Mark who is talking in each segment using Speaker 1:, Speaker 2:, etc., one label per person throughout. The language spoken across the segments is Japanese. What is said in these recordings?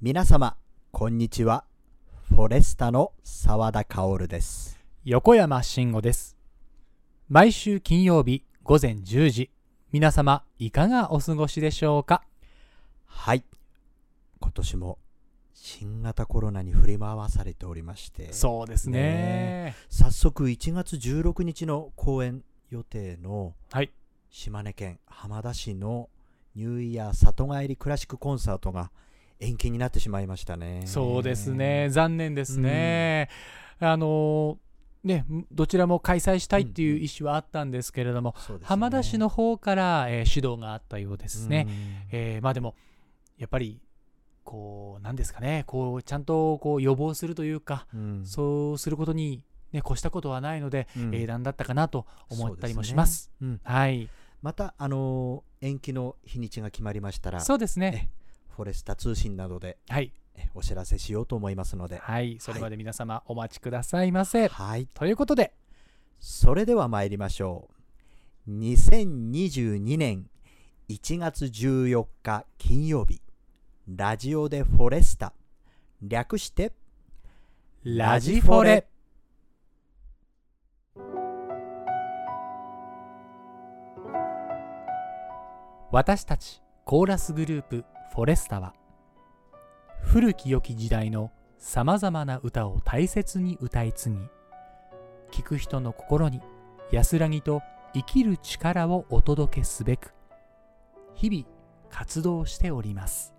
Speaker 1: 皆様、こんにちは。フォレスタの澤田薫です。
Speaker 2: 横山慎吾です。毎週金曜日午前10時、皆様いかがお過ごしでしょうか
Speaker 1: はい。今年も新型コロナに振り回されておりまして、
Speaker 2: そうです
Speaker 1: ね
Speaker 2: ね。
Speaker 1: 早速1月16日の公演予定の
Speaker 2: はい。
Speaker 1: 島根県浜田市のニューイヤー里帰りクラシックコンサートが延期になってしまいましたね。
Speaker 2: そうですね。。残念ですね。あのーね、どちらも開催したいっていう意思はあったんですけれども、
Speaker 1: そうですね
Speaker 2: 浜田市の方から、えー指導があったようですね。。
Speaker 1: うん
Speaker 2: えーまあでもやっぱりこうなんですかねこうちゃんとこう予防するというか、
Speaker 1: うん
Speaker 2: そうすることに、ね、越したことはないので、
Speaker 1: うん
Speaker 2: 英断だったかなと思ったりもします。
Speaker 1: そうでねうん
Speaker 2: はい、
Speaker 1: また、あのー延期の日にちが決まりましたら、
Speaker 2: そうですね。
Speaker 1: フォレスタ通信などで
Speaker 2: はい、
Speaker 1: えお知らせしようと思いますので。
Speaker 2: はい、それまで皆様お待ちくださいませ。
Speaker 1: はい。
Speaker 2: ということで、
Speaker 1: それでは参りましょう。2022年1月14日金曜日、ラジオでフォレスタ、略して、
Speaker 2: ラジフォレ。私たちコーラスグループフォレスタは古き良き時代のさまざまな歌を大切に歌い継ぎ聴く人の心に安らぎと生きる力をお届けすべく日々活動しております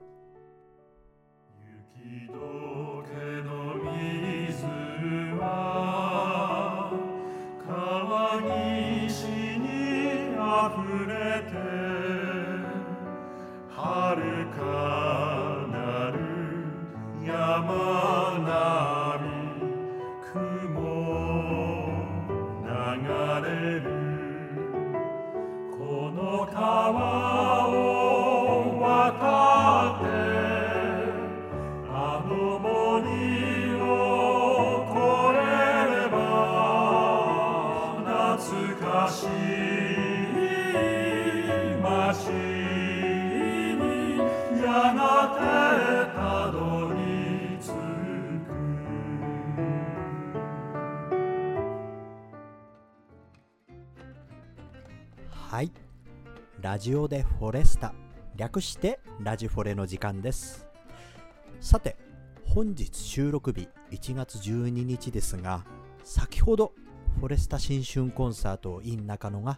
Speaker 3: 雪どけの水は川岸にあふれて遥かなる山並み雲流れるこの川を渡ってあの森を越えれば懐かしい街にやがてたどり着く
Speaker 1: はい。ラジオでフォレスタ、略してラジフォレの時間です。さて、本日収録日1月12日ですが、先ほどフォレスタ新春コンサート in 中野が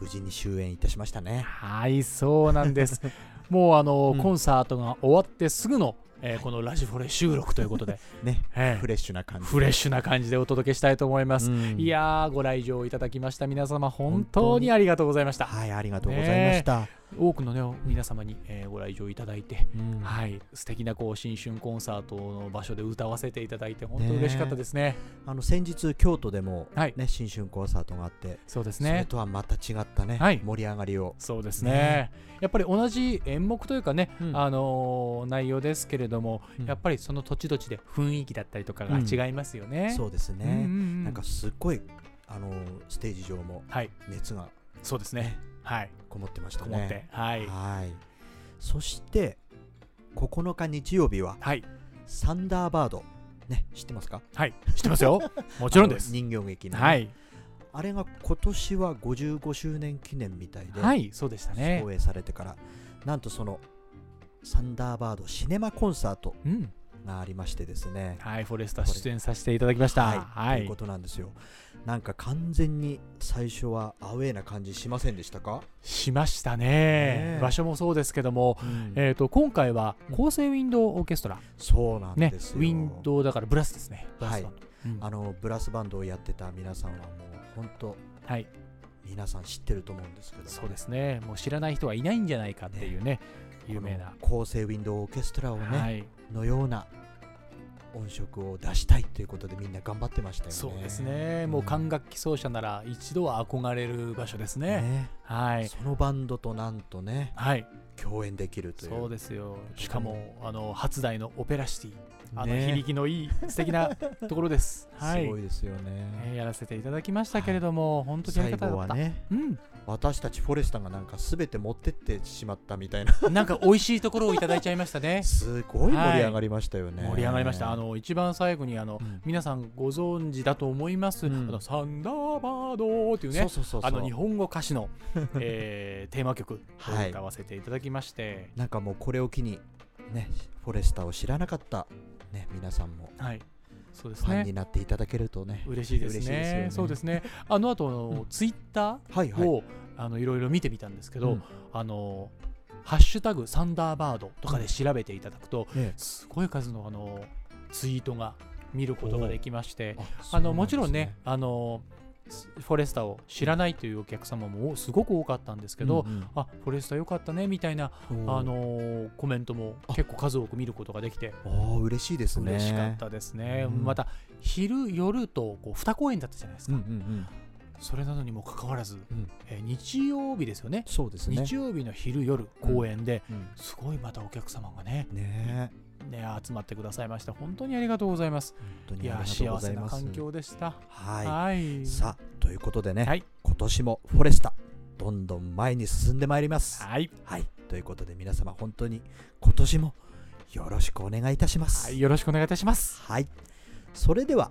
Speaker 1: 無事に終演いたしましたね。
Speaker 2: はいそうなんです もうあの、
Speaker 1: うん
Speaker 2: コンサートが終わってすぐの、えーこのラジフォレ収録ということで、
Speaker 1: ね、
Speaker 2: ええ
Speaker 1: フレッシュな感じ。
Speaker 2: フレッシュな感じでお届けしたいと思います、
Speaker 1: うん
Speaker 2: いやーご来場いただきました皆様本当にありがとうございました
Speaker 1: はい、ありがとうございました。
Speaker 2: 多くの、ね、皆様に、えーご来場いただいて、
Speaker 1: うん
Speaker 2: はい素敵なこう新春コンサートの場所で歌わせていただいて本当に嬉しかったですね
Speaker 1: あの先日京都でも、
Speaker 2: はい
Speaker 1: ね、新春コンサートがあって、
Speaker 2: そうです
Speaker 1: それ
Speaker 2: ね
Speaker 1: とはまた違ったね、
Speaker 2: はい
Speaker 1: 盛り上がりを。
Speaker 2: そうですね
Speaker 1: ね
Speaker 2: やっぱり同じ演目というかね、
Speaker 1: うん
Speaker 2: あのー内容ですけれども、
Speaker 1: うん
Speaker 2: やっぱりその土地土地で雰囲気だったりとかが違いますよね、
Speaker 1: そうです
Speaker 2: うんうんう
Speaker 1: ね。
Speaker 2: ん
Speaker 1: なんかすっごいあのステージ上も
Speaker 2: はい
Speaker 1: 熱が
Speaker 2: そうですねはい
Speaker 1: こもってました
Speaker 2: こ
Speaker 1: ね。
Speaker 2: もって、はい
Speaker 1: はい。そして9日日曜日は
Speaker 2: はい
Speaker 1: サンダーバードね知ってますか？も
Speaker 2: はい、知ってますよ。もちろん です。
Speaker 1: 人形劇のね、
Speaker 2: はい、
Speaker 1: あれが今年は55周年記念みたいで、
Speaker 2: はい、そうでしたね
Speaker 1: 放。映されてからなんとそのサンダーバードシネマコンサート
Speaker 2: うん、
Speaker 1: がありましてですね。
Speaker 2: はい、フォレスター出演させていただきました。は
Speaker 1: という
Speaker 2: い
Speaker 1: こ、となんですよ。なんか完全に最初はアウェーな感じしませんでしたか？
Speaker 2: しました
Speaker 1: ね
Speaker 2: ね
Speaker 1: え。
Speaker 2: 場所もそうですけども。
Speaker 1: うん
Speaker 2: えー、と今回は
Speaker 1: うん
Speaker 2: 構成ウィンドウオーケストラ、
Speaker 1: そうなん
Speaker 2: ね、ウ
Speaker 1: ですよ。
Speaker 2: ィンドウだからブラスですね、ブラ
Speaker 1: は
Speaker 2: ス
Speaker 1: い
Speaker 2: バンドうん
Speaker 1: あのブラスバンドをやってた皆さんはもう本当
Speaker 2: はい、
Speaker 1: 皆さん知ってると思うんですけど、
Speaker 2: そうですね、もう知らない人はいないんじゃないかっていうね、有名な、
Speaker 1: 構成ウィンドウオーケストラをね、
Speaker 2: はい、
Speaker 1: のような音色を出したいということでみんな頑張ってましたよね。
Speaker 2: そうですね、もう管楽器奏者なら一度は憧れる場所ですね。
Speaker 1: ね
Speaker 2: はい
Speaker 1: そのバンドとなんとね
Speaker 2: はい
Speaker 1: 共演できるという
Speaker 2: そうですよしかもあの初代のオペラシティあの
Speaker 1: ね
Speaker 2: 響きのいい素 敵なところですは
Speaker 1: す
Speaker 2: い
Speaker 1: ごいですよ
Speaker 2: え
Speaker 1: ね、
Speaker 2: ーやらせていただきましたけれども、本当にやり
Speaker 1: 最
Speaker 2: 方だ
Speaker 1: 後
Speaker 2: っ
Speaker 1: は
Speaker 2: た、
Speaker 1: ね
Speaker 2: う
Speaker 1: 私たちフォレスタがなんか全て持ってってしまったみたいな
Speaker 2: ん、なんか美味しいところをいただいちゃいました ね
Speaker 1: すごい盛り上がりましたよね、
Speaker 2: 盛り上がりましたあの一番最後にあの、
Speaker 1: うん
Speaker 2: 皆さんご存知だと思います、
Speaker 1: うん
Speaker 2: あのサンダーバードっていうね
Speaker 1: そうそうそうそう
Speaker 2: あの日本語歌 詞の、えーテーマ曲を
Speaker 1: はい
Speaker 2: 歌わせていただきまして、
Speaker 1: なんかもうこれを機にねフォレスタを知らなかった、ね、皆さんも
Speaker 2: はいそうで
Speaker 1: フ
Speaker 2: す
Speaker 1: ァン
Speaker 2: ね
Speaker 1: になっていただけるとね
Speaker 2: 嬉しいですね
Speaker 1: 嬉しいですよね
Speaker 2: そうですねあの後あの、
Speaker 1: うん
Speaker 2: ツイッタ
Speaker 1: はいは
Speaker 2: ー
Speaker 1: い
Speaker 2: を、あのいろいろ見てみたんですけど、
Speaker 1: うん
Speaker 2: あのハッシュタグサンダーバードとかで調べていただくと、
Speaker 1: ね
Speaker 2: すごい数のあのツイートが見ることができまして
Speaker 1: あ
Speaker 2: あのもちろんねあのすフォレスタを知らないというお客様もおすごく多かったんですけど、あフォレスタ良かったねみたいな、あのーコメントも
Speaker 1: あ
Speaker 2: 結構数多く見ることができて
Speaker 1: あー嬉しいですね
Speaker 2: 嬉しかったですね、
Speaker 1: うん
Speaker 2: また昼夜とこう2公演だったじゃないです
Speaker 1: うん
Speaker 2: か、
Speaker 1: うんうん
Speaker 2: それなのにもかかわらず、
Speaker 1: うん
Speaker 2: えー日曜日ですよね
Speaker 1: そうですね
Speaker 2: 日曜日の昼夜公演で、
Speaker 1: うん
Speaker 2: すごいまたお客様がね
Speaker 1: ねえ
Speaker 2: ね集まってくださいまして本当にありがとうございます
Speaker 1: 本当
Speaker 2: い
Speaker 1: にあ
Speaker 2: や
Speaker 1: りがとうご
Speaker 2: 幸
Speaker 1: ざ
Speaker 2: せ
Speaker 1: い
Speaker 2: な
Speaker 1: ます
Speaker 2: 環境でした。
Speaker 1: は
Speaker 2: はい。
Speaker 1: いさあということでね、
Speaker 2: はい
Speaker 1: 今年もフォレスタどんどん前に進んでまいります
Speaker 2: はい、
Speaker 1: はいということで皆様本当に今年もよろしくお願いいたします
Speaker 2: はい、よろしくお願いいたします。
Speaker 1: はい、それでは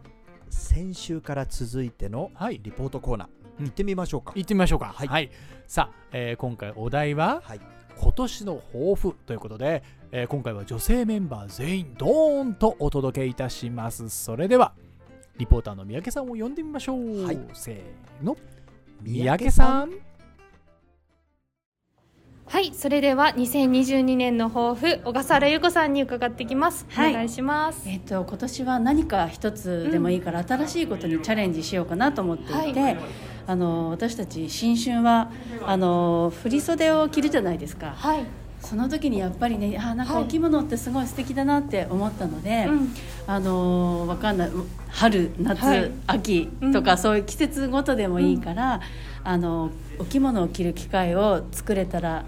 Speaker 1: 先週から続いての
Speaker 2: はい、
Speaker 1: リポートコーナー、
Speaker 2: うん
Speaker 1: 行ってみましょうか。
Speaker 2: 行ってみましょうか。
Speaker 1: は
Speaker 2: はいい、さあ、えー今回お題は
Speaker 1: はい、
Speaker 2: 今年の抱負ということで、えー今回は女性メンバー全員ドーンとお届けいたします。それではリポーターの三宅さんを呼んでみましょう。
Speaker 1: はい
Speaker 2: せーの、
Speaker 1: 三
Speaker 2: 三
Speaker 1: 宅さ
Speaker 2: 宅さん
Speaker 4: はい、それでは2022年の抱負、小笠原優子さんに伺ってきます。
Speaker 5: はい
Speaker 4: お願いします。
Speaker 5: えっと、今年は何か一つでもいいから、新しいことにチャレンジしようかなと思っていて、
Speaker 4: はい
Speaker 5: あの私たち新春はあの振袖を着るじゃないですか
Speaker 4: はい、
Speaker 5: その時にやっぱりねあーなんか
Speaker 4: はい
Speaker 5: お着物ってすごい素敵だなって思ったので、
Speaker 4: うん
Speaker 5: あのわかんない春夏、
Speaker 4: はい
Speaker 5: 秋とか、そういう季節ごとでもいいから、あのお着物を着る機会を作れたら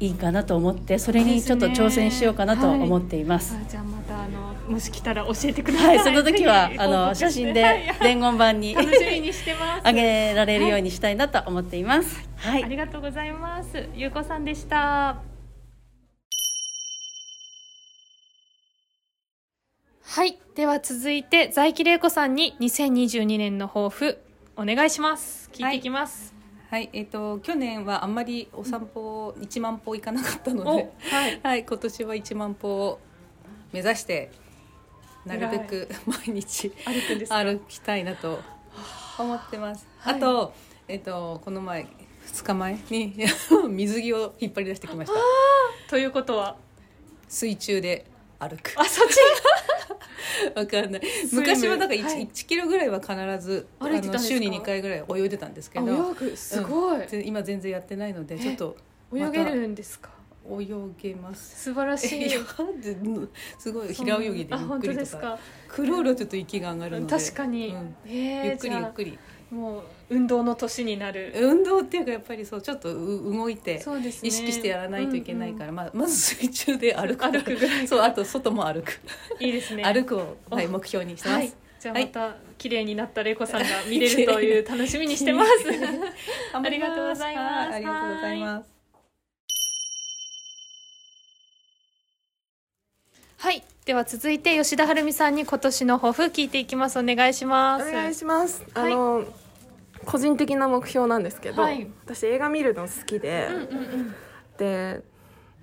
Speaker 5: いいかなと思ってそれにちょっと挑戦しようかなと思っています。
Speaker 4: あじゃあまたあのもし来たら教えてくださ。
Speaker 5: はいい、その時は
Speaker 4: ぜひ
Speaker 5: あ
Speaker 4: 報
Speaker 5: の
Speaker 4: 告して
Speaker 5: 写真
Speaker 4: は
Speaker 5: で
Speaker 4: い
Speaker 5: 伝言板に
Speaker 4: 楽しみにしてます。
Speaker 5: あげられるようにしたいなと思っています。はい、
Speaker 4: ありがとうございます。優子さんでした。はい、では続いて在木玲子さんに2022年の抱負お願いします。聞いていきます。
Speaker 6: はい、えっ、と去年はあんまりお散歩1万歩行かなかったので、
Speaker 4: お、は い。
Speaker 6: はい、今年は1万歩を目指してなるべく毎日
Speaker 4: 歩くんですか
Speaker 6: 歩きたいなと思ってます。
Speaker 4: はい
Speaker 6: あと、えっ、とこの前2日前に 水着を引っ張り出してきました。
Speaker 4: ということは
Speaker 6: 水中で歩く。
Speaker 4: あそっち
Speaker 6: わかんない。
Speaker 4: ム
Speaker 6: 昔はなんか 1,、
Speaker 4: はい
Speaker 6: 1キロぐらいは必ず
Speaker 4: 歩いてたんです
Speaker 6: あ
Speaker 4: か
Speaker 6: の週に2回ぐらい泳いでたんですけど、
Speaker 4: 泳ぐすごい、
Speaker 6: ぜ今全然やってないのでちょっと
Speaker 4: 泳げるんですか
Speaker 6: 泳げます。
Speaker 4: 素晴らし
Speaker 6: い
Speaker 4: い
Speaker 6: やすごい平泳ぎで
Speaker 4: あ
Speaker 6: ゆっ
Speaker 4: 本
Speaker 6: く
Speaker 4: 当
Speaker 6: り
Speaker 4: で
Speaker 6: と
Speaker 4: す
Speaker 6: か
Speaker 4: か
Speaker 6: クロールはちょっと息が上がるので
Speaker 4: 確かに、
Speaker 6: うん
Speaker 4: えー
Speaker 6: ゆっくり
Speaker 4: じゃあ
Speaker 6: ゆっくり
Speaker 4: もう運動の年になる、
Speaker 6: 運動っていうかやっぱりそうちょっとう動いて
Speaker 4: そうですね
Speaker 6: 意識してやらないといけないから、
Speaker 4: ら、
Speaker 6: まあ、まず水中で歩く
Speaker 4: 歩くぐらい
Speaker 6: そうあと外も歩く、
Speaker 4: いいですね
Speaker 6: 歩くを、はい、
Speaker 4: お
Speaker 6: 目標にしてます、
Speaker 4: はいじゃあ
Speaker 6: は
Speaker 4: ま
Speaker 6: い
Speaker 4: た綺麗になった玲子さんが見れるという楽しみにしてます
Speaker 6: 頑張
Speaker 4: ありがとうございます
Speaker 6: はありがとうございます
Speaker 4: はいでは続いて吉田晴美さんに今年の抱負聞いていきますお願いし
Speaker 7: お
Speaker 4: ます
Speaker 7: 願いします。あ
Speaker 4: はい
Speaker 7: の、個人的な目標なんですけど、
Speaker 4: はい
Speaker 7: 私映画見るの好きで、で、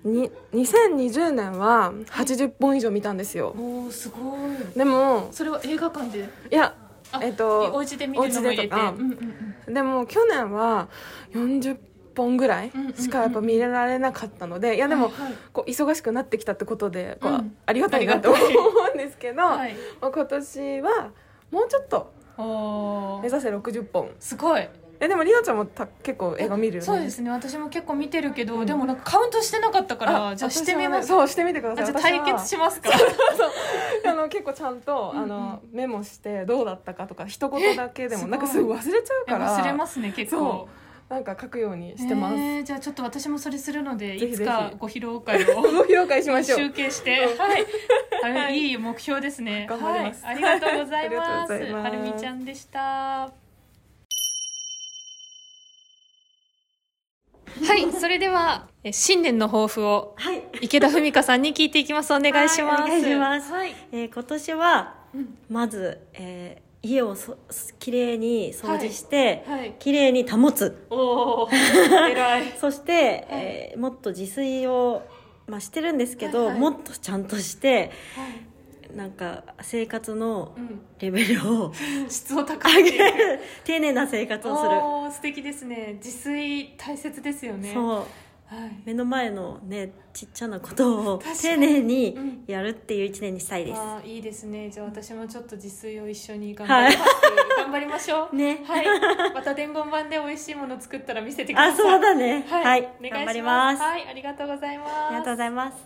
Speaker 7: に2020年は80本以上見たんですよ。
Speaker 4: おーすごい
Speaker 7: でも
Speaker 4: それは映画館で
Speaker 7: いや
Speaker 4: あ
Speaker 7: えっと
Speaker 4: お家で見るのも入れ
Speaker 7: お家でと
Speaker 4: て
Speaker 7: か
Speaker 4: うんうんうん
Speaker 7: でも去年は40本ぐらいしかやっぱ見られなかったので、いやでも、
Speaker 4: はいはい
Speaker 7: こう忙しくなってきたってことで、こう
Speaker 4: うん
Speaker 7: ありがたいなと
Speaker 4: あ
Speaker 7: 思
Speaker 4: りがたい
Speaker 7: うんですけど、
Speaker 4: はい
Speaker 7: まあ今年はもうちょっと
Speaker 4: お
Speaker 7: 目指せ60本。
Speaker 4: すごい
Speaker 7: えでもりなちゃんもた結構映画見るよね。
Speaker 4: そうですね私も結構見てるけど、でもなんかカウントしてなかったからじゃあしてみま
Speaker 7: 私
Speaker 4: す、
Speaker 7: はねそうしてみてくださ
Speaker 4: あ
Speaker 7: い
Speaker 4: じゃあ
Speaker 7: 私は
Speaker 4: 対決しますか
Speaker 7: あの結構ちゃんとあのメモしてどうだったかとか一言だけでもなんかすぐ忘れちゃう
Speaker 4: え
Speaker 7: から
Speaker 4: 忘れますね結構
Speaker 7: なんか書くようにしてます、
Speaker 4: えーじゃあちょっと私もそれするので
Speaker 7: ぜひぜひ
Speaker 4: いつかご披露会 を
Speaker 7: ご紹介しましょう
Speaker 4: 集計 して、はい、あれいい目標ですね。
Speaker 7: 頑張ります
Speaker 4: はい、ありがとうございま
Speaker 7: ありがとうござい
Speaker 4: す。
Speaker 7: ま
Speaker 4: は
Speaker 7: す
Speaker 4: るみちゃんでした。はい、それではえ新年の抱負を
Speaker 8: はい、
Speaker 4: 池田文香さんに聞いていきます。お願いします。
Speaker 8: はいお願いします
Speaker 4: はい、
Speaker 8: えー今年はまず、えー家をそきれいに掃除して、
Speaker 4: はい、
Speaker 8: きれいに保つ
Speaker 4: おお、 偉い。
Speaker 8: そして、えーもっと自炊を、まあ、してるんですけど、
Speaker 4: はいはい
Speaker 8: もっとちゃんとして、なんか生活の
Speaker 4: うん、
Speaker 8: レベルを
Speaker 4: 質を高
Speaker 8: 上
Speaker 4: め
Speaker 8: げ
Speaker 4: ていく。
Speaker 8: る丁寧な生活をする、
Speaker 4: おー素敵ですね。自炊大切ですよね。
Speaker 8: そう
Speaker 4: はい。
Speaker 8: 目の前のねちっちゃなことを
Speaker 4: 確かに
Speaker 8: 丁寧にやるっていう一年にしたいです、
Speaker 4: あーいいですね。じゃあ私もちょっと自炊を一緒に頑張
Speaker 8: はい
Speaker 4: ります。頑張りましょ う。
Speaker 8: ね
Speaker 4: はい。また伝言版で美味しいもの作ったら見せてください。
Speaker 8: あそうだね
Speaker 4: は。
Speaker 8: はいい、
Speaker 4: お願いし
Speaker 8: 頑張ります、
Speaker 4: はい、ありがとうございます。
Speaker 8: ありがとうございます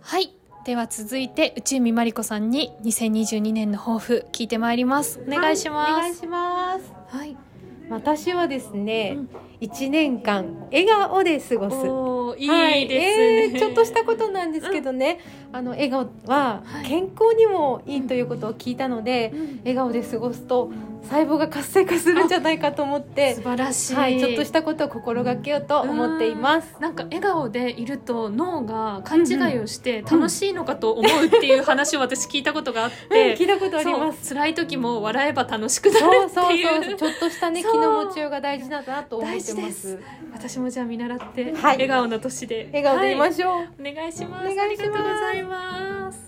Speaker 4: はい。では続いて内海まりこさんに2022年の抱負聞いてまいります。お願いします。
Speaker 9: お願いします。
Speaker 4: はい。
Speaker 9: 私はですね、一、年間笑顔で過ごす。
Speaker 4: おー
Speaker 9: はい
Speaker 4: いいですね。
Speaker 9: えーちょっとしたことなんですけどね、あの笑顔は健康にもいいということを聞いたので、笑顔で過ごすと細胞が活性化するんじゃないかと思って
Speaker 4: 素、晴らしい。
Speaker 9: はい、ちょっとしたことを心がけようと思っています。
Speaker 4: なんか笑顔でいると脳が勘違いをして楽しいのかと思うっていう話を私聞いたことがあっ
Speaker 9: うん
Speaker 4: て
Speaker 9: 聞いたことあります。
Speaker 4: そう辛い時も笑えば楽しくな
Speaker 9: そ
Speaker 4: る
Speaker 9: う
Speaker 4: って
Speaker 9: そう
Speaker 4: いう
Speaker 9: そう、ちょっとしたね、
Speaker 4: そう
Speaker 9: 気の持ちようが大事だなと思ってま。
Speaker 4: 大事です私もじゃあ見習って、
Speaker 9: はい
Speaker 4: 笑顔の年で
Speaker 9: 笑顔でいま
Speaker 4: は
Speaker 9: しょう。
Speaker 4: いお願いします
Speaker 9: お願いします
Speaker 4: ありがとうございます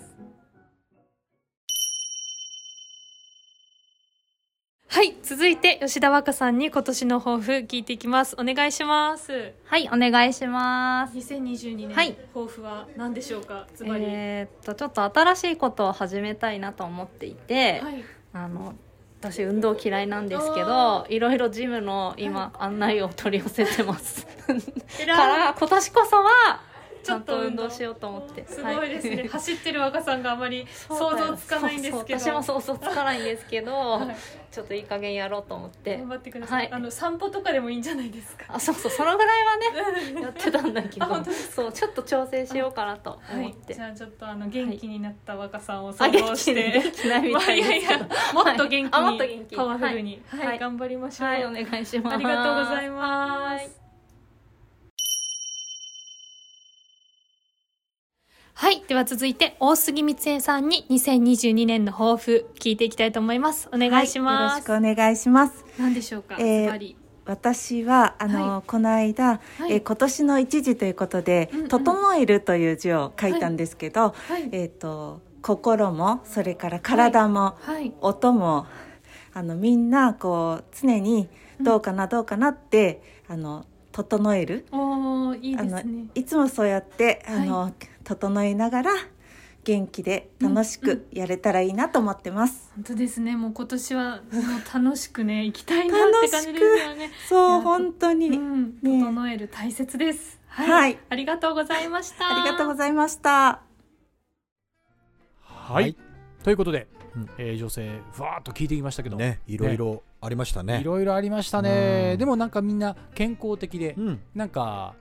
Speaker 4: はい続いて吉田和歌さんに今年の抱負聞いていきますお願いします
Speaker 10: はい、お願いします。
Speaker 4: 2022年、
Speaker 10: はい
Speaker 4: 抱負は何でしょうかつまり、
Speaker 10: えーっと、ちょっと新しいことを始めたいなと思っていて、
Speaker 4: はい
Speaker 10: あの、私運動嫌いなんですけ
Speaker 4: あ
Speaker 10: ど、いろいろジムの今、案内を取り寄せてます。
Speaker 4: え
Speaker 10: から
Speaker 4: い
Speaker 10: ら、今年こそは、ち
Speaker 4: ちょ
Speaker 10: ゃ
Speaker 4: っ
Speaker 10: ん
Speaker 4: と
Speaker 10: と
Speaker 4: 運
Speaker 10: 運
Speaker 4: 動
Speaker 10: 動しようと思って。
Speaker 4: すごいですね、走ってる若さんがあまり想
Speaker 10: はい
Speaker 4: 像つかないんですけど
Speaker 10: そうそう私も想像つかないんですけど、
Speaker 4: い
Speaker 10: ちょっといい加減やろうと思って
Speaker 4: 頑。張ってくださ
Speaker 10: は
Speaker 4: い、
Speaker 10: い
Speaker 4: あの散歩とかでもいいんじゃないですか
Speaker 10: あ、そうそう、そのぐらいはね、やってたんだけど、そう、ちょっと調整しようかなと
Speaker 4: は
Speaker 10: 思っ
Speaker 4: い、
Speaker 10: て。
Speaker 4: じゃあちょっとあの元気になった若さんを
Speaker 10: あ
Speaker 4: 想
Speaker 10: 元
Speaker 4: 像し
Speaker 10: 気に
Speaker 4: て、
Speaker 10: できないみ
Speaker 4: まあ
Speaker 10: た
Speaker 4: い
Speaker 10: い
Speaker 4: や
Speaker 10: で
Speaker 4: い
Speaker 10: すけ
Speaker 4: や
Speaker 10: ど
Speaker 4: もっと元気
Speaker 10: あ
Speaker 4: に、
Speaker 10: もっと元気
Speaker 4: パワフルに、は
Speaker 10: はい
Speaker 4: い
Speaker 10: はい
Speaker 4: 頑張りましょう、
Speaker 10: はい、お願いします。
Speaker 4: ありがとうございますはいでは続いて大杉光恵さんに2022年の抱負聞いていきたいと思いますお願いします、
Speaker 11: はい、よろしくお願いします。
Speaker 4: 何でしょうか、
Speaker 11: えー
Speaker 4: ズバリ
Speaker 11: 私はあの、
Speaker 4: は
Speaker 11: この間、
Speaker 4: はい
Speaker 11: えー今年の一時ということで
Speaker 4: うんう
Speaker 11: 「
Speaker 4: ん
Speaker 11: 整える」という字を書いたんですけど、
Speaker 4: はい
Speaker 11: えっ、と心もそれから体も、
Speaker 4: はい
Speaker 11: 音もあのみんなこう常にどうかなどうかなって、あの整える
Speaker 4: おーいいで
Speaker 11: あ
Speaker 4: す
Speaker 11: の
Speaker 4: ね
Speaker 11: いつもそうやってあの、整えながら元気で楽しくやれたらいいなと思ってます。
Speaker 4: 本当ですねもう今年はもう楽しく ね行きたいなって感じですよね
Speaker 11: そう
Speaker 4: や
Speaker 11: 本当に、
Speaker 4: うん、
Speaker 11: ね
Speaker 4: 整える大切ですはい、
Speaker 11: はい
Speaker 4: ありがとうございました
Speaker 11: ありがとうご
Speaker 4: い
Speaker 11: ざいました。
Speaker 2: はい、
Speaker 1: はい
Speaker 2: ということで、
Speaker 1: うん
Speaker 2: えー女性ふわーっと聞いてきましたけど、
Speaker 1: ねいろいろありましたね
Speaker 2: いろいろありましたね
Speaker 1: うん
Speaker 2: でもなんかみんな健康的で、
Speaker 1: うん
Speaker 2: なんか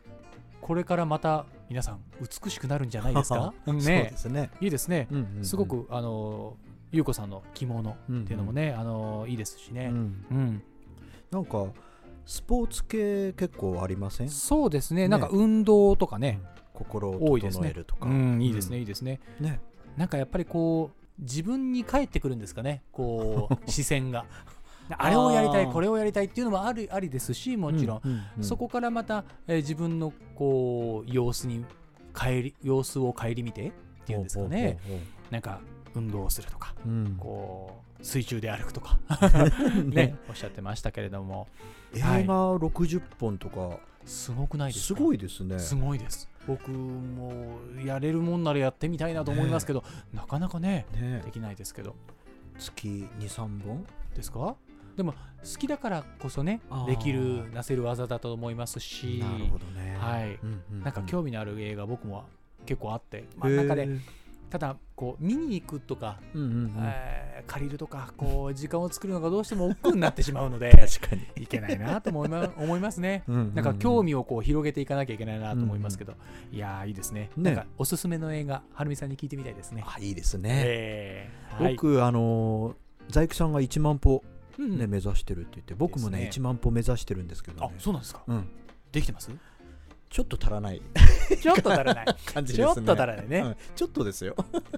Speaker 2: これからまた皆さん美しくなるんじゃないですか
Speaker 1: そう
Speaker 2: ね
Speaker 1: ですね
Speaker 2: いいですね、
Speaker 1: うんうんうん
Speaker 2: すごくあのゆうこさんの着物っていうのもね、あのいいですし
Speaker 1: う
Speaker 2: ね、
Speaker 1: ん
Speaker 2: うん
Speaker 1: なんかスポーツ系結構ありません
Speaker 2: そうですね
Speaker 1: ね
Speaker 2: なんか運動とかね
Speaker 1: 心
Speaker 2: 多
Speaker 1: を
Speaker 2: いです
Speaker 1: 整え
Speaker 2: ね
Speaker 1: るとか
Speaker 2: うんいいですね、いいですね
Speaker 1: うんね
Speaker 2: なんかやっぱりこう自分に返ってくるんですかね こう視線があれをやりたい
Speaker 1: あー
Speaker 2: これをやりたいっていうのもあるありですしもちろん、
Speaker 1: うううん
Speaker 2: そこからまた、えー自分のこう様子に帰り様子を顧みてっていうんですかね
Speaker 1: ほうほうほ
Speaker 2: なんか運動をするとか
Speaker 1: ううん
Speaker 2: こう水中で歩くとかね おっしゃってましたけれども
Speaker 1: 映
Speaker 2: はい
Speaker 1: 画60本とか
Speaker 2: すごくないです
Speaker 1: す
Speaker 2: か
Speaker 1: ごいですね
Speaker 2: すごいです僕もやれるもんならやってみたいなと思いますけど、なかなかね
Speaker 1: ね
Speaker 2: できないですけど
Speaker 1: 月23本
Speaker 2: ですかでも好きだからこそね
Speaker 1: あー
Speaker 2: できるなせる技だと思いますし
Speaker 1: なるほどね
Speaker 2: はい
Speaker 1: うんうう
Speaker 2: なんか興味のある映画僕も結構あって、まあ、
Speaker 1: へー
Speaker 2: 中でただこう見に行くとか、えー借りるとかこう時間を作るのがどうしても億劫になってしまうので
Speaker 1: 確かに
Speaker 2: いけないなと思い,、ま、思いますね
Speaker 1: うんうんうん
Speaker 2: なんか興味をこう広げていかなきゃいけないなと思いますけど、いやーいいですね
Speaker 1: ね
Speaker 2: なんかおすすめの映画はるみさんに聞いてみたいですね
Speaker 1: あいいですね
Speaker 2: えーはい、
Speaker 1: 僕、あのー在工さんが1万歩、
Speaker 2: う
Speaker 1: ね
Speaker 2: ん
Speaker 1: 目指してるって言って僕もね
Speaker 2: ですね
Speaker 1: 1万歩目指してるんですけど、
Speaker 2: あ
Speaker 1: ね、
Speaker 2: そうなんですか
Speaker 1: うん、
Speaker 2: できてます
Speaker 1: ちょっと足らない
Speaker 2: ちょっと足らない
Speaker 1: 感じですね
Speaker 2: ちょっと足らないね
Speaker 1: うんちょっとですよ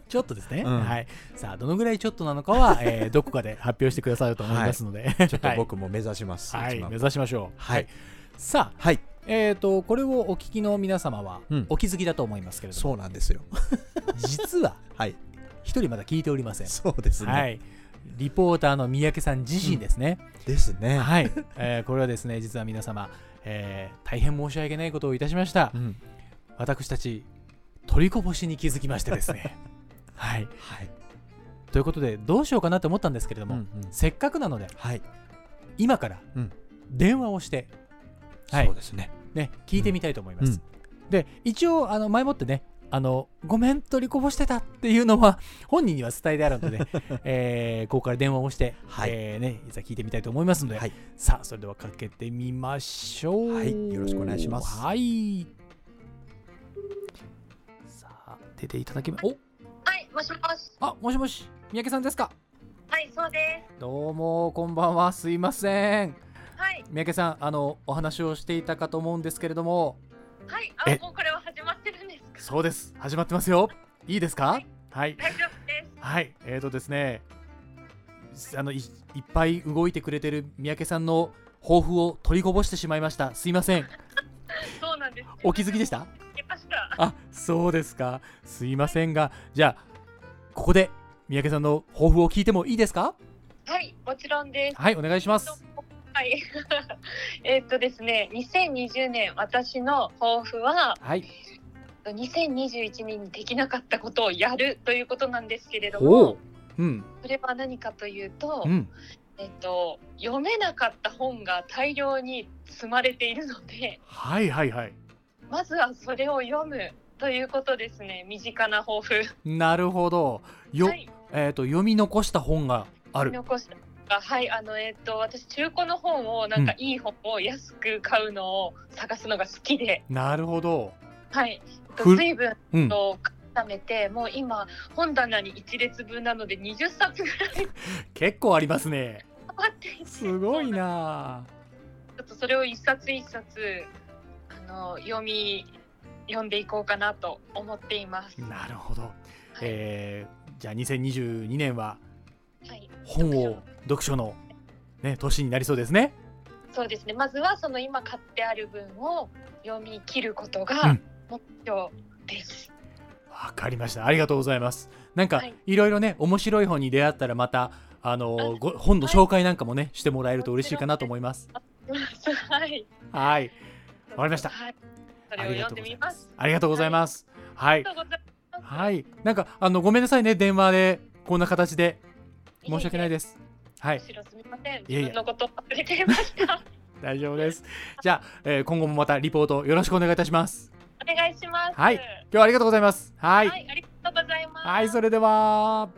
Speaker 2: ちょっとですね、
Speaker 1: うん
Speaker 2: はいさあどのぐらいちょっとなのか は、えーどこかで発表してくださると思いますので、
Speaker 1: はいちょっと
Speaker 2: はい
Speaker 1: 僕も目指します
Speaker 2: はい
Speaker 1: 1万
Speaker 2: 目指しましょう
Speaker 1: はい
Speaker 2: さあ、
Speaker 1: はい
Speaker 2: えー、とこれをお聞きの皆様は
Speaker 1: うん
Speaker 2: お気づきだと思いますけれども、
Speaker 1: そうなんですよ
Speaker 2: 実は
Speaker 1: はい
Speaker 2: 一人まだ聞いておりません
Speaker 1: そうですね
Speaker 2: はい、リポーターの三宅さん自身ですね、
Speaker 1: ですね
Speaker 2: はい、えーこれはですね実は皆様、えー大変申し訳ないことをいたしました、私たち取りこぼしに気づきましてですねはい、ということでどうしようかなと思ったんですけれども、せっかくなので、今から
Speaker 1: うん
Speaker 2: 電話をして、はい、
Speaker 1: そうですね
Speaker 2: ね聞いてみたいと思います、で一応あの前もってねあのごめん取りこぼしてたっていうのは 本人には伝えてある ので、ねえーここから電話をして、えーね、いざ聞いてみたいと思いますので、さあそれではかけてみましょう
Speaker 1: はいよろしくお願いします
Speaker 2: はいさあ出ていただけまお
Speaker 12: はい、もしもし。
Speaker 2: あ、もしもし、三宅さんですか。
Speaker 12: はい、そうで
Speaker 2: どうもこんばんはすいません
Speaker 12: す。はい、
Speaker 2: 三宅さんあのお話をしていたかと思うんですけれども
Speaker 12: はい、
Speaker 2: え
Speaker 12: あ、もうこれは始まってるんですか。
Speaker 2: そうです始まってますよいいですかはい
Speaker 12: 大丈夫です。
Speaker 2: はい、えーとですね、あのいいっぱい動いてくれてる三宅さんの抱負を取りこぼしてしまいました。すいません。
Speaker 12: そうなんです。
Speaker 2: お気づきでした
Speaker 12: いました。
Speaker 2: あ、そうですか。すいませんが、じゃあ、ここで三宅さんの抱負を聞いてもいいですか
Speaker 12: はい、もちろんです。
Speaker 2: はい、お願いします。
Speaker 12: はい。えっとですね、2020年私の抱負は
Speaker 2: はい。
Speaker 12: 2021年にできなかったことをやるということなんですけれど
Speaker 2: お
Speaker 12: も
Speaker 2: う、うん。
Speaker 12: それは何かというと、
Speaker 2: うん。
Speaker 12: えっと読めなかった本が大量に積まれているので、
Speaker 2: はいはいはい。
Speaker 12: まずはそれを読むということですね。身近な抱負。
Speaker 2: なるほど。よ、えーと、読み残した本がある。
Speaker 12: 残したはいあのえっと私中古の本をなんか
Speaker 2: うん
Speaker 12: いい本を安く買うのを探すのが好きで、
Speaker 2: なるほど。
Speaker 12: はいえっと
Speaker 2: ふ
Speaker 12: 随分
Speaker 2: うん
Speaker 12: と固めて、もう今本棚に一列分なので20冊ぐらい
Speaker 2: 結構あります ね。
Speaker 12: 余っていてち
Speaker 2: すごいな
Speaker 12: ょっとそれを一冊一冊あの読み読んでいこうかなと思っています。
Speaker 2: あ。なるほど。えーじゃあ2022年は
Speaker 12: はい
Speaker 2: 本を読書の、ね、年になりそうですね。
Speaker 12: そうですねまずはその今買ってある分を読み切ることが目標です。
Speaker 2: わかりました。ありがとうございます。なんか、い、ろいろね面白い本に出会ったらまたあのご本の紹介なんかもねしてもらえると嬉しいかなと思います。
Speaker 12: はい。
Speaker 2: はい。わかりました。
Speaker 12: はい。それを読んでみます。
Speaker 2: ありがとうございます。はい。
Speaker 12: ありがとうございます
Speaker 2: はい。なんかあのごめんなさいね電話でこんな形で申し訳ないです。はい。
Speaker 12: むしろすみません。
Speaker 2: いえいえ
Speaker 12: 自分のことを忘れていました。
Speaker 2: 大丈夫です。じゃあ、えー今後もまたリポートよろしくお願いいたします。
Speaker 12: お願いします。
Speaker 2: はい。今日はありがとうございます。はい。
Speaker 12: ありがとうございます。
Speaker 2: はい、それでは。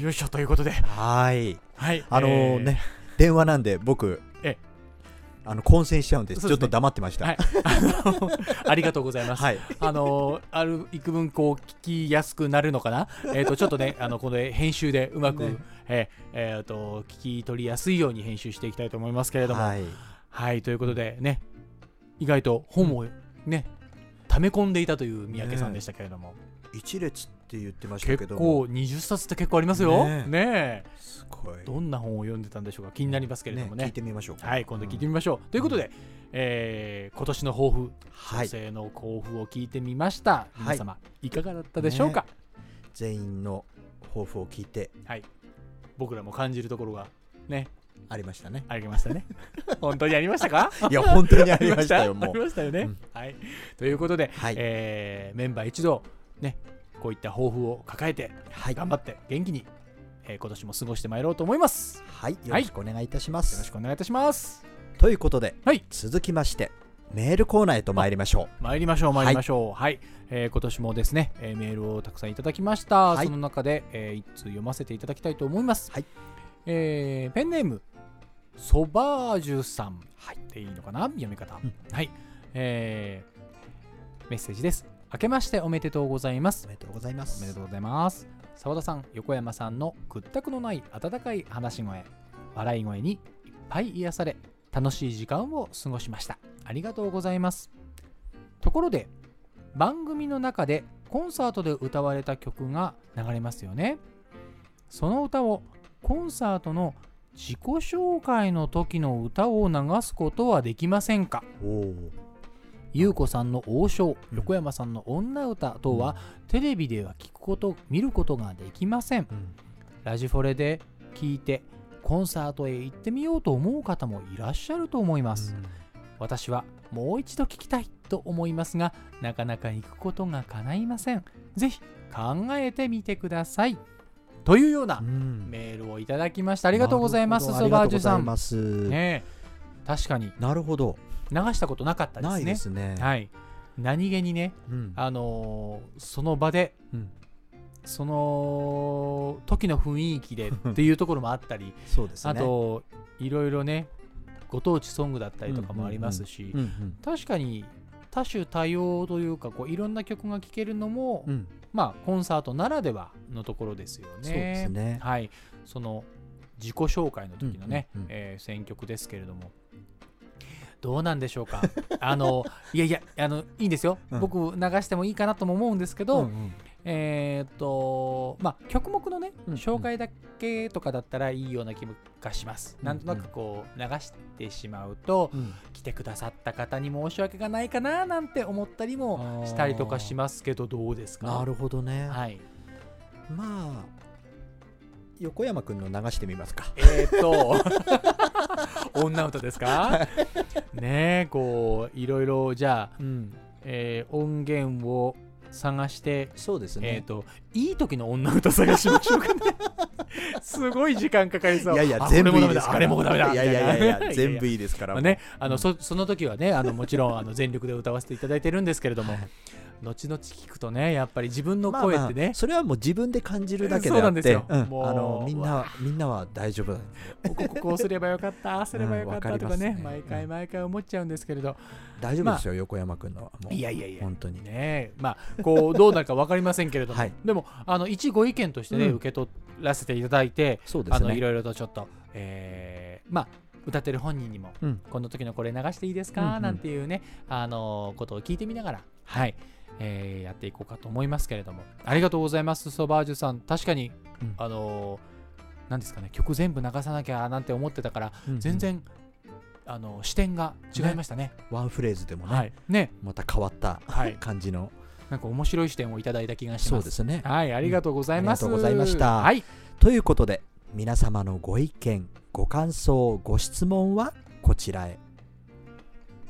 Speaker 2: よいしょということで。
Speaker 1: はい
Speaker 2: はい
Speaker 1: あのーね、電話なんで僕
Speaker 2: え
Speaker 1: あの混戦しちゃうんです
Speaker 2: そ
Speaker 1: ち
Speaker 2: うで
Speaker 1: ょ
Speaker 2: すね
Speaker 1: っと黙ってました、
Speaker 2: はいありがとうございます。
Speaker 1: はい
Speaker 2: あのーある幾分こう聞きやすくなるのかな。え っ、とちょっとねあのこの編集でうまく、
Speaker 1: ね。
Speaker 2: えーえーと聞き取りやすいように編集していきたいと思いますけれども。はいということでね意外と本をね溜め込んでいたという三宅さんでしたけれども。
Speaker 1: 一列って言ってましたけ
Speaker 2: 結
Speaker 1: ど
Speaker 2: 構
Speaker 1: も
Speaker 2: 20冊って結構ありますよ。
Speaker 1: ね
Speaker 2: ね
Speaker 1: え
Speaker 2: えどんな本を読んでたんでしょうか気になりますけれどもね。聞いて
Speaker 1: みましょう
Speaker 2: はい、今度聞いてみましょう。ということで、えー今年の抱負、女性の抱負を聞いてみました。皆様、いかがだったでしょうか、
Speaker 1: ね全員の抱負を聞いて
Speaker 2: はい。僕らも感じるところがね。
Speaker 1: ありましたね
Speaker 2: ありました ね。本当にありましたか
Speaker 1: いや本当にありましたよもう
Speaker 2: ありましたよね。
Speaker 1: うん
Speaker 2: はい。ということで、えーメンバー一同、ね、こういった抱負を抱えて、頑張って元気に、えー今年も過ごしてまいろうと思います。
Speaker 1: はい、よろしくお願いいたします。
Speaker 2: よろしくお願いいたします。
Speaker 1: ということで、続きましてメールコーナーへと参りましょう
Speaker 2: 参りましょう参りましょうはい、えー今年もですね、えーメールをたくさんいただきました、その中で、えー一通読ませていただきたいと思います
Speaker 1: はい、
Speaker 2: えーペンネームソバージュさんはいでいいのかな読み方、はいえーメッセージです明けましておめでとうございますおめ
Speaker 1: でとうございます
Speaker 2: おめでとうございます澤田さん横山さんの屈託のない温かい話し声笑い声にいっぱい癒され楽しい時間を過ごしましたありがとうございますところで番組の中でコンサートで歌われた曲が流れますよねその歌をコンサートの自己紹介の時の歌を流すことはできませんか優子さんの王将横山さんの女歌等は、テレビでは聞くこと見ることができません、ラジフォレで聞いてコンサートへ行ってみようと思う方もいらっしゃると思います、私はもう一度聞きたいと思いますがなかなか行くことが叶いませんぜひ考えてみてくださいというようなメールをいただきました、ありがとうございます
Speaker 1: なる
Speaker 2: ソ
Speaker 1: ほど
Speaker 2: バージュさ
Speaker 1: あり
Speaker 2: ん
Speaker 1: がとうございます
Speaker 2: ねえ確かに
Speaker 1: なるほど
Speaker 2: 流したことなかったですね
Speaker 1: ないですね
Speaker 2: はい、何気にね、
Speaker 1: うん
Speaker 2: あのーその場で、
Speaker 1: うん
Speaker 2: その時の雰囲気でっていうところもあったり
Speaker 1: そうですね
Speaker 2: あといろいろねご当地ソングだったりとかもありますし、
Speaker 1: うんうんうん
Speaker 2: 確かに多種多様というかこういろんな曲が聴けるのも、
Speaker 1: うん
Speaker 2: まあコンサートならではのところですよね。
Speaker 1: そうですね
Speaker 2: はい、その自己紹介の時のね、
Speaker 1: うんうんうん
Speaker 2: えー選曲ですけれどもどうなんでしょ うかあのいやいやあのいいんですよ、
Speaker 1: うん
Speaker 2: 僕流してもいいかなとも思うんですけど、
Speaker 1: うんうん
Speaker 2: えーっとまあ曲目のね、紹介だけとかだったらいいような気がします、なんとなくこう流してしまうと、来てくださった方に申し訳がないかななんて思ったりもしたりとかしますけどどうですか
Speaker 1: なるほどね
Speaker 2: はい
Speaker 1: まあ横山くんの流してみますか
Speaker 2: えーっと女歌ですかねえこういろいろじゃあ、えー音源を探して
Speaker 1: そうです
Speaker 2: ねえーっといい時の女歌探しましょう かねすごい時間かかりそう
Speaker 1: いやいや
Speaker 2: あ
Speaker 1: 全部
Speaker 2: これ
Speaker 1: い
Speaker 2: もダ
Speaker 1: い
Speaker 2: メ
Speaker 1: ですか
Speaker 2: だ
Speaker 1: ら
Speaker 2: あれもダメだ
Speaker 1: いやいやいやいや
Speaker 2: みたな
Speaker 1: 全部いいですから
Speaker 2: まあねあの、そその時はねあのもちろんあの全力で歌わせていただいてるんですけれども後々聞くとねやっぱり自分の
Speaker 1: まあまあ
Speaker 2: 声ってね、
Speaker 1: それはもう自分で感じるだけ
Speaker 2: そう
Speaker 1: であ
Speaker 2: な
Speaker 1: っ
Speaker 2: んです
Speaker 1: て
Speaker 2: よ
Speaker 1: うん
Speaker 2: もう
Speaker 1: あのみんなみんなは大丈夫だ
Speaker 2: こここうすればよかったああすればよかった
Speaker 1: うん
Speaker 2: とかね,、
Speaker 1: わかります
Speaker 2: 毎回毎回思っちゃうんですけれど
Speaker 1: 大丈夫ですよ、
Speaker 2: まあ
Speaker 1: 横山くんのはもう
Speaker 2: いやいやいや
Speaker 1: 本当に
Speaker 2: ねまあこうどうなるか分かりませんけれども、
Speaker 1: はい
Speaker 2: でもあの一ご意見としてね、
Speaker 1: うん
Speaker 2: 受け取らせていただいて
Speaker 1: そうですね
Speaker 2: あのいろいろとちょっと、えーまあ歌ってる本人にも、
Speaker 1: うん
Speaker 2: この時のこれ流していいですか、
Speaker 1: うんうん
Speaker 2: なんていうねあのことを聞いてみながらはい、えーやっていこうかと思いますけれどもありがとうございますソバージュさん確かに、あのなんですかね曲全部流さなきゃなんて思ってたから、
Speaker 1: うんうん
Speaker 2: 全然あの視点が違いましたね
Speaker 1: ワンフレーズでもね,、
Speaker 2: はいね
Speaker 1: また変わった、
Speaker 2: はい
Speaker 1: 感じの
Speaker 2: なんか面白い視点をいただいた気がします。
Speaker 1: そうですね
Speaker 2: はい、ありがとうございます。
Speaker 1: ありがとうございました、
Speaker 2: はい、
Speaker 1: ということで皆様のご意見ご感想ご質問はこちらへ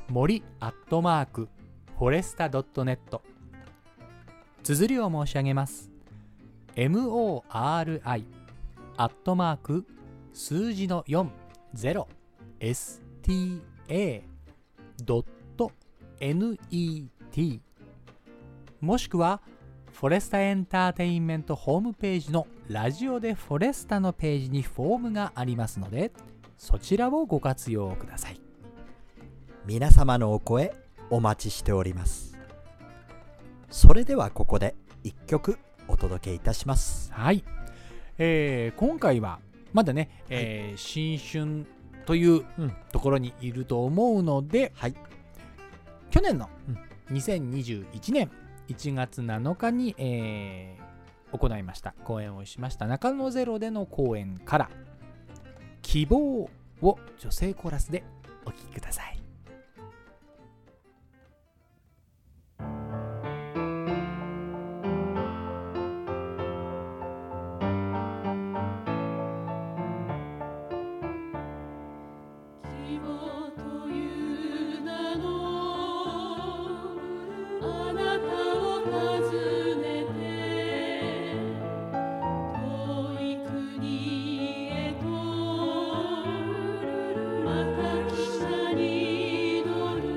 Speaker 2: 森アットマークフォレスタ .net 綴りを申し上げます MORI アットマーク数字の 40sta.net もしくはフォレスタエンターテインメントホームページのラジオでフォレスタのページにフォームがありますのでそちらをご活用ください
Speaker 1: 皆様のお声お待ちしておりますそれではここで一曲お届けいたします
Speaker 2: はい、えー今回はまだね、えー新春というところにいると思うので、去年の2021年1月7日に、えー行いました公演をしました中野ゼロでの公演から「希望」を女性コーラスでお聴きください。
Speaker 13: 希望という名のあなたを訪ねて遠い国へとまた汽車に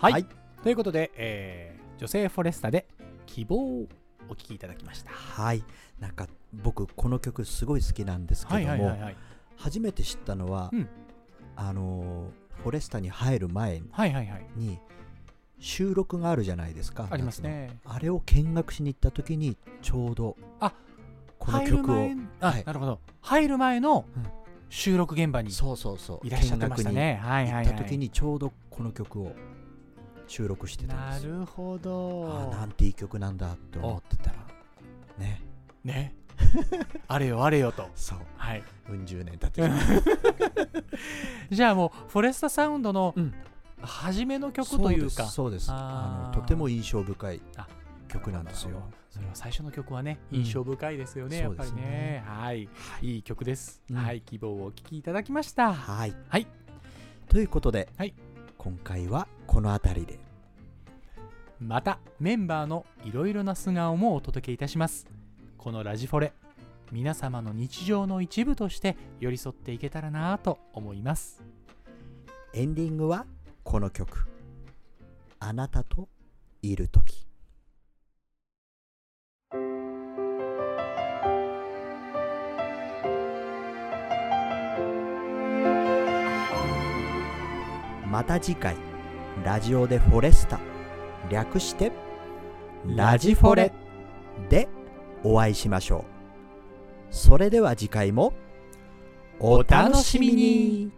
Speaker 2: はい、ということで、えー女性フォレスタで希望をお聞きいただきました。
Speaker 1: はいなんか僕この曲すごい好きなんですけども、
Speaker 2: はいはいはいはい
Speaker 1: 初めて知ったのは、
Speaker 2: うん
Speaker 1: あのーフォレスタに入る前に、
Speaker 2: はいはいはい
Speaker 1: 収録があるじゃないですか
Speaker 2: ありますね
Speaker 1: 夏のあれを見学しに行った時にちょうど
Speaker 2: あ
Speaker 1: この曲を
Speaker 2: 入る前あ、なるほど入る前の収録現場に、
Speaker 1: そうそうそう
Speaker 2: いらっしゃってましたね。はい
Speaker 1: 見
Speaker 2: は
Speaker 1: 学に行っ
Speaker 2: い、は
Speaker 1: た時
Speaker 2: い。
Speaker 1: にちょうどこの曲を収録してたんで
Speaker 2: な
Speaker 1: すよ
Speaker 2: るほど。
Speaker 1: あなんていい曲なんだって思ってたらね
Speaker 2: ね あれよあれよと
Speaker 1: そう
Speaker 2: はい
Speaker 1: うん十年経ってき
Speaker 2: じゃあもうフォレスタサウンドの初めの曲という
Speaker 1: そう
Speaker 2: か、
Speaker 1: ですそうですあ
Speaker 2: あ
Speaker 1: の
Speaker 2: ー
Speaker 1: とても印象深い曲なんですよ
Speaker 2: それは最初の曲はね
Speaker 1: うん
Speaker 2: 印象深いですよね、やっぱり
Speaker 1: そう
Speaker 2: ね
Speaker 1: ですね
Speaker 2: はいいい曲です、
Speaker 1: うん
Speaker 2: はい希望をお聴きいただきました
Speaker 1: はい、
Speaker 2: はい、
Speaker 1: ということで、
Speaker 2: はい、
Speaker 1: 今回はこの辺りで
Speaker 2: またメンバーのいろいろな素顔もお届けいたしますこのラジフォレ皆様の日常の一部として寄り添っていけたらなぁと思います
Speaker 1: エンディングはこの曲「あなたといる時」また次回ラジオでフォレスタ略してラジフォレでお会いしましょうそれでは次回もお楽しみに